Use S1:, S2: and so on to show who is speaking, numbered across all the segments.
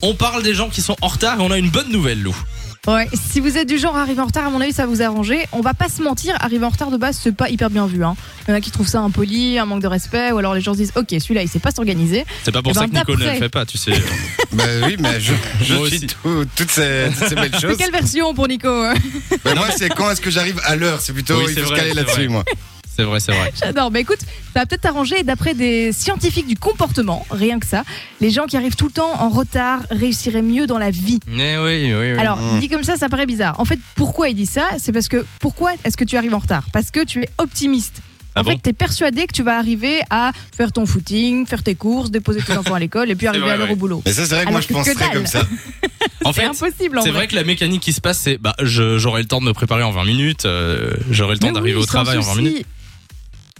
S1: On parle des gens qui sont en retard et on a une bonne nouvelle, Lou.
S2: Ouais, si vous êtes du genre à arriver en retard, à mon avis, ça va vous arranger. On va pas se mentir, arriver en retard de base, c'est pas hyper bien vu. Hein. Il y en a qui trouvent ça impoli, un manque de respect, ou alors les gens se disent Ok, celui-là, il sait pas s'organiser.
S1: C'est pas pour
S2: Eh
S1: ça
S2: ben,
S1: que Nico ne le
S2: d'après.
S1: fait pas, tu sais.
S3: Bah oui, mais je, je
S1: Moi aussi.
S3: suis tout- toutes, ces, toutes ces belles
S2: C'est
S3: choses.
S2: quelle version pour Nico hein
S3: Mais moi, c'est quand est-ce que j'arrive à l'heure C'est plutôt,
S1: Oui,
S3: il
S1: c'est
S3: faut se
S1: vrai,
S3: caler
S1: c'est vrai.
S3: là-dessus, moi.
S1: C'est vrai, c'est vrai.
S2: J'adore. Bah écoute, ça va peut-être t'arranger. D'après des scientifiques du comportement, rien que ça, les gens qui arrivent tout le temps en retard réussiraient mieux dans la vie.
S1: Mais Eh oui, oui, oui.
S2: Alors,
S3: Mmh.
S2: dit comme ça, ça paraît bizarre. En fait, pourquoi il dit ça C'est parce que pourquoi est-ce que tu arrives en retard Parce que tu es optimiste.
S1: Ah
S2: en
S1: bon
S2: fait, tu es persuadé que tu vas arriver à faire ton footing, faire tes courses, déposer tes enfants à l'école et puis arriver
S1: vrai,
S2: à l'heure
S1: ouais.
S2: au boulot.
S3: Mais ça, c'est vrai que
S2: Alors
S3: moi,
S2: que
S3: je
S2: que
S3: penserais
S2: dalle.
S3: comme ça.
S1: en
S2: C'est
S1: fait,
S2: impossible en
S1: c'est
S2: vrai.
S1: vrai que la mécanique qui se passe, c'est bah, je- j'aurai le temps de me préparer en 20 minutes, euh, j'aurai le temps
S2: Mais
S1: d'arriver
S2: oui,
S1: au
S2: sans
S1: travail en 20
S2: souci.
S1: minutes.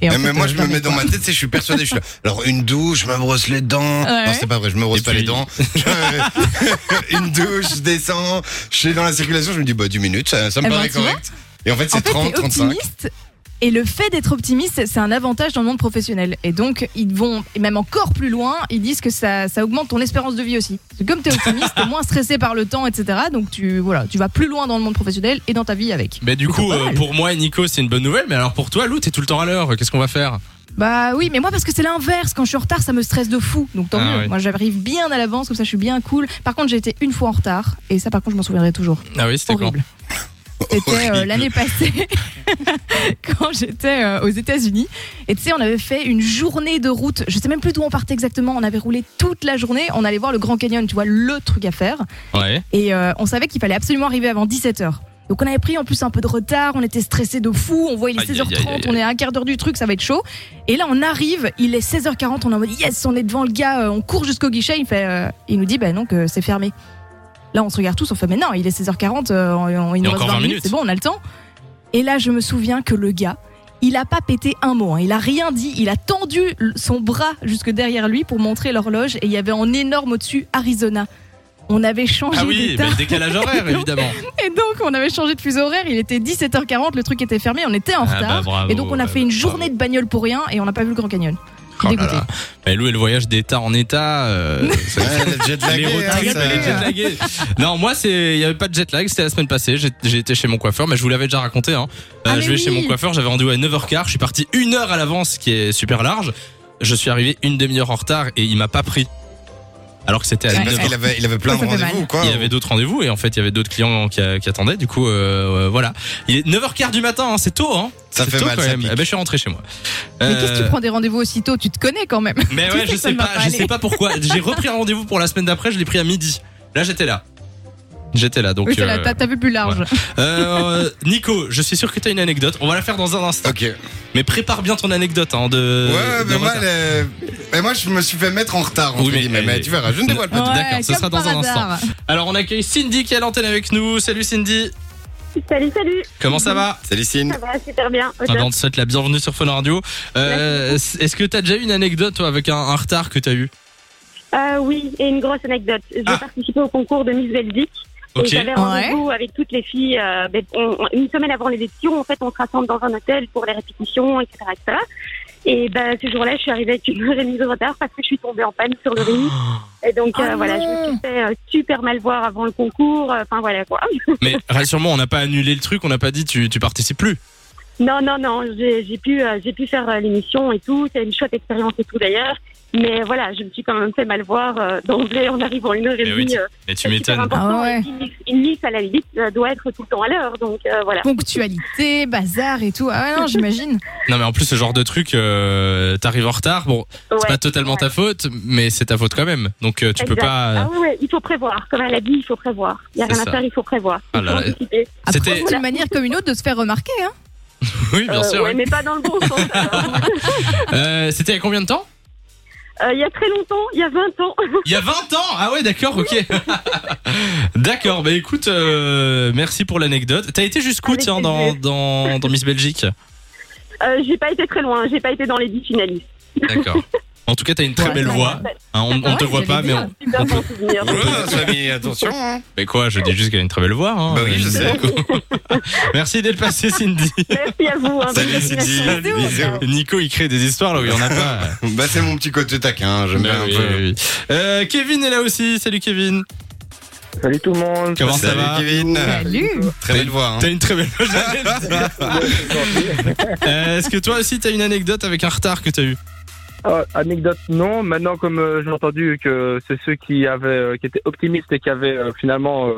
S2: Et en
S3: Mais,
S2: fait,
S3: mais moi,
S2: euh,
S3: je me mets dans ma tête, tu sais, je suis persuadé. Je suis là, alors, une douche, je me brosse les dents.
S2: Ouais.
S3: Non, c'est pas vrai, je me brosse
S1: Et
S3: pas
S1: puis-
S3: les dents. une douche, je descends, je suis dans la circulation, je me dis, bah, 10 minutes, ça, ça me
S2: Eh ben,
S3: paraît
S2: tu vois.
S3: correct. Et en fait,
S2: En
S3: c'est
S2: fait,
S3: 30,
S2: t'es
S3: 35.
S2: optimiste. Et le fait d'être optimiste, c'est un avantage dans le monde professionnel. Et donc, ils vont et même encore plus loin. Ils disent que ça, ça augmente ton espérance de vie aussi. Parce que comme t'es optimiste, t'es moins stressé par le temps, etc. Donc, tu, voilà, tu vas plus loin dans le monde professionnel et dans ta vie avec.
S1: Mais du
S2: C'est
S1: coup,
S2: pas
S1: euh,
S2: mal.
S1: pour moi et Nico, c'est une bonne nouvelle. Mais alors pour toi, Lou, t'es tout le temps à l'heure. Qu'est-ce qu'on va faire
S2: Bah oui, mais moi, parce que c'est l'inverse. Quand je suis en retard, ça me stresse de fou. Donc, tant
S1: Ah
S2: mieux.
S1: ouais.
S2: Moi, j'arrive bien à l'avance, comme ça, je suis bien cool. Par contre, j'ai été une fois en retard. Et ça, par contre, je m'en souviendrai toujours.
S1: Ah oui, c'était quand
S2: Horrible. C'était euh,
S3: Horrible.
S2: l'année passée quand j'étais euh, aux États-Unis. Et tu sais, on avait fait une journée de route. Je sais même plus d'où on partait exactement. On avait roulé toute la journée. On allait voir le Grand Canyon, tu vois, le truc à faire.
S1: Ouais.
S2: Et euh, on savait qu'il fallait absolument arriver avant 17h. Donc on avait pris en plus un peu de retard, on était stressé de fou, on voit il
S1: Aïe,
S2: est
S1: aïe, aïe,
S2: 16h30,
S1: aïe, aïe.
S2: on est à un quart d'heure du truc, ça va être chaud. Et là on arrive, il est 16h40, on est en mode yes, on est devant le gars, euh, on court jusqu'au guichet, il, fait, euh, il nous dit bah non que c'est fermé. Là on se regarde tous, on fait mais non, il est 16h40, euh, on- on- il
S1: Il y a
S2: nous reste
S1: encore
S2: 20 minutes,
S1: minutes.
S2: c'est bon, on a le temps. Et là je me souviens que le gars, il a pas pété un mot, hein, il a rien dit, il a tendu l- son bras jusque derrière lui pour montrer l'horloge et il y avait en énorme au-dessus Arizona. On avait changé
S1: Ah oui,
S2: d'état.
S1: mais décalage horaire, évidemment.
S2: Et donc, on avait changé de fuseau horaire. Il était 17h40, le truc était fermé, on était en
S1: Ah
S2: retard.
S1: bah bravo,
S2: et donc, on a
S1: bah
S2: fait une
S1: bravo.
S2: journée de bagnole pour rien et on n'a pas vu le Grand Canyon.
S1: Oh là
S2: Dégoûté.
S1: là. Mais Lou, et le voyage d'état en état. euh, ça-
S3: Ouais, le jet
S1: Les road
S3: lagué, hein,
S1: trips,
S3: ça-
S1: les jet lagués. Non, moi, c'est, il y avait pas de jet lag, c'était la semaine passée. J'ai- J'ai été chez mon coiffeur, mais je vous l'avais déjà raconté. Hein.
S2: Ah, mais
S1: je vais
S2: oui.
S1: chez mon coiffeur, j'avais rendez-vous à 9h15, je suis parti une heure à l'avance, ce qui est super large. Je suis arrivé une demi-heure en retard et il m'a pas pris. Alors que c'était à
S2: Ouais,
S3: Parce
S1: 9h.
S3: qu'il avait, il avait plein
S2: Ça
S3: de
S2: fait mal.
S3: rendez-vous, ou quoi.
S1: Il y avait d'autres rendez-vous et en fait il y avait d'autres clients qui, qui attendaient. Du coup, euh, euh, voilà. Il est 9h15 du matin, hein, c'est tôt. Hein.
S3: Ça
S1: C'est
S3: fait
S1: tôt
S3: mal,
S1: quand
S3: ça
S1: même.
S3: pique.
S1: Eh ben, je suis rentré chez moi.
S2: Mais
S1: Euh,
S2: qu'est-ce que tu prends des rendez-vous aussitôt Tu te connais quand même.
S1: mais
S2: Tu
S1: ouais,
S2: sais
S1: je
S2: que ça
S1: sais
S2: ne va
S1: pas,
S2: pas
S1: je
S2: aller.
S1: sais pas pourquoi. J'ai repris un rendez-vous pour la semaine d'après, je l'ai pris à midi. Là, j'étais là. J'étais là, donc.
S2: oui, c'est la
S1: euh,
S2: t'as- t'as vu plus large.
S1: euh, Nico, je suis sûr que t'as une anecdote. On va la faire dans un instant.
S3: Ok.
S1: Mais prépare bien ton anecdote hein, de.
S3: ouais,
S1: de
S3: mais moi,
S1: retard.
S3: le- mais moi, je me suis fait mettre en retard. entre
S1: Oui, mais-
S3: guillemets. mais, tu verras, je ne dévoile pas.
S1: Ah, d'accord,
S2: Ouais,
S1: ce
S2: comme
S1: sera dans
S2: par
S1: un
S2: hasard.
S1: Alors on accueille Cindy qui est à l'antenne avec nous. Salut Cindy.
S4: Salut, salut.
S1: Comment ça va
S3: Salut, Cine.
S4: Ça va super bien. Au
S1: Ah bah,
S4: top.
S1: On te souhaite la bienvenue sur Fun Radio. Euh, Est-ce que t'as déjà eu une anecdote toi, avec un, un retard que t'as eu
S4: Euh, oui, et une grosse anecdote. J'ai
S1: Ah.
S4: participé au concours de Miss Belgique. Et
S1: Ok.
S4: j'avais rendez-vous avec toutes les filles. euh, ben, on- on- une semaine avant l'élection, en fait, on se rassemble dans un hôtel pour les répétitions, etc. etc. Et ben, ce jour-là, je suis arrivée avec une heure et demie de retard parce que je suis tombée en panne sur le ring. Et donc,
S2: Ah
S4: euh, voilà, je me suis fait euh, super mal voir avant le concours. euh, Enfin, voilà quoi.
S1: Mais rassure-moi, on n'a pas annulé le truc, on n'a pas dit tu, tu participes plus.
S4: Non, non, non, j'ai j'ai pu, euh, j'ai pu faire euh, l'émission et tout. C'est une chouette expérience et tout d'ailleurs. Mais voilà, je me suis quand même fait mal voir euh, d'emblée en arrivant une heure et
S1: Mais oui,
S4: demie. euh,
S1: Mais tu
S4: c'est super
S1: m'étonnes.
S4: important.
S2: Ah ouais.
S4: Et puis, Une, liste- une liste, à la limite, euh, doit être tout le temps à l'heure. Donc euh, voilà.
S2: Ponctualité, bazar et tout. Ah ouais, non, j'imagine.
S1: Non mais en plus ce genre de truc, euh, t'arrives en retard. Bon,
S4: Ouais.
S1: c'est pas totalement ta faute, mais c'est ta faute quand même. Donc euh, tu peux
S4: Exact.
S1: pas.
S4: Ah ouais, ouais, il faut prévoir. Comme elle a dit, il faut prévoir. Il n'y a
S1: C'est
S4: rien
S1: ça.
S4: à faire, il faut prévoir.
S1: Ah
S4: Il
S1: là
S4: faut
S1: là.
S4: anticiper.
S2: Après,
S1: C'était-
S2: c'est une manière comme une autre de se faire remarquer. Hein.
S1: Oui, bien
S4: Euh,
S1: sûr.
S4: ouais,
S1: oui.
S4: mais pas dans le bon sens. alors.
S1: Euh, C'était il y a combien de temps
S4: Euh, Il y a très longtemps, il y a 20 ans.
S1: Il y a 20 ans Ah ouais, d'accord, ok. d'accord, bah écoute, euh, merci pour l'anecdote. T'as été jusqu'où,
S4: Avec
S1: tiens, dans,
S4: plaisir.
S1: dans, dans Miss Belgique
S4: Euh, j'ai pas été très loin. J'ai pas été dans les 10 finalistes.
S1: D'accord. En tout cas, t'as une très
S2: Ouais,
S1: belle
S2: ouais, Ah
S1: voix. Hein, on on
S2: Ouais,
S1: te voit
S2: j'allais
S1: pas, mais
S2: dire.
S1: on.
S4: Super bon souvenir.
S3: Ouais, famille, attention. hein.
S1: Mais quoi, je dis juste qu'elle a une très belle voix. Hein,
S3: Bah oui, je sais.
S1: Merci d'être passé, Cindy.
S4: Merci à vous. hein, bonne
S3: Salut, Cindy.
S4: continuation.
S3: Bisous.
S1: Nico, il crée des histoires là où il y en a pas.
S3: Bah, c'est mon petit côté taquin, j'aime bien un
S1: Bah Oui,
S3: peu.
S1: oui, oui. Euh, Kevin est là aussi. Salut, Kevin.
S5: Salut tout le monde.
S1: Comment ça
S3: Salut,
S1: va
S3: Kevin.
S1: Euh,
S2: Salut
S3: Très belle voix. hein.
S1: T'as une très belle voix. j'allais le dire. Euh, Est-ce que toi aussi t'as une anecdote avec un retard que t'as eu
S5: Ah, anecdote non, maintenant comme euh, j'ai entendu que c'est ceux qui avaient euh, qui étaient optimistes et qui avaient euh, finalement euh,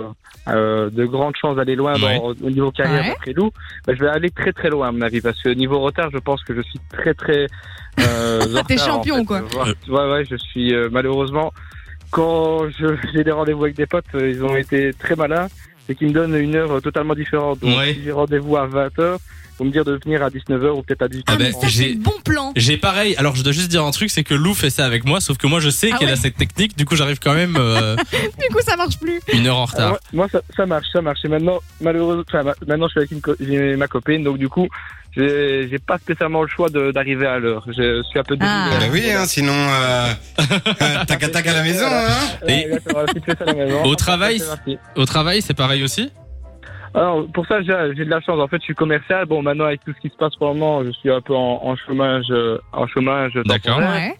S5: euh, de grandes chances d'aller loin dans-
S1: Ouais.
S5: au niveau carrière
S2: Ouais.
S5: après nous, bah, je vais aller très très loin à mon avis parce que niveau retard, je pense que je suis très très euh, en
S2: T'es
S5: retard,
S2: champion,
S5: en fait.
S2: quoi.
S5: Euh, voilà. Ouais ouais, je suis euh, malheureusement quand je- j'ai des rendez-vous avec des potes, euh, ils ont été très malins, c'est qu'ils me donnent une heure euh, totalement différente. Donc
S1: Ouais.
S5: si j'ai rendez-vous à 20h, vont me dire de venir à 19h ou peut-être à 18h.
S1: Ah
S2: Ah,
S1: ben,
S2: mais ça, c'est
S1: j'ai-
S2: le bon plan
S1: J'ai pareil. Alors je dois juste dire un truc, c'est que Lou fait ça avec moi, sauf que moi je sais
S2: Ah
S1: qu'elle
S2: ouais.
S1: a cette technique. Du coup, j'arrive quand même euh,
S2: Du coup, ça marche plus
S1: une heure en retard.
S5: Ouais, moi, ça, ça marche, ça marche. Et maintenant, malheureusement, enfin, ma- maintenant, je suis avec une co- j'ai ma copine, donc du coup, j'ai j'ai pas spécialement le choix de- d'arriver à l'heure. Je suis un peu
S2: Ah.
S3: Bah
S5: désolé.
S3: oui, hein, sinon, euh, tac tac à la maison. Hein.
S1: Et-
S5: Ouais, là, ça va, si tu fais ça à la maison.
S1: Au travail,
S5: C'est parti.
S1: Au travail, c'est pareil aussi.
S5: Alors, pour ça, j'ai j'ai de la chance. En fait, je suis commercial. Bon, maintenant, avec tout ce qui se passe pour le moment, je suis un peu en, en chômage, euh, en chômage.
S1: D'accord.
S5: temporaire.
S2: Ouais.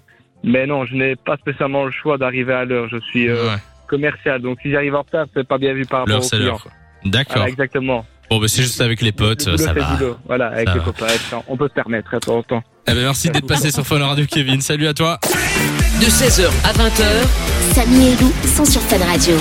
S5: Mais non, je n'ai pas spécialement le choix d'arriver à l'heure. Je suis euh,
S1: Ouais.
S5: commercial, donc si j'arrive en retard, c'est pas bien vu par rapport
S1: Mm. L'heure,
S5: aux
S1: c'est
S5: clients.
S1: l'heure. D'accord.
S5: Voilà, exactement.
S1: Bon, bah, c'est juste avec les potes,
S5: Ah, Le boulot,
S1: ça
S5: c'est
S1: va.
S5: le boulot. Voilà, avec
S1: Ça
S5: les
S1: va.
S5: copains, on peut se permettre, de temps en temps.
S1: Eh ben, merci d'être passé sur Fun Radio, Kevin. Salut à toi.
S6: De 16h à 20h,
S7: Samy et Lou sont sur Fan Radio.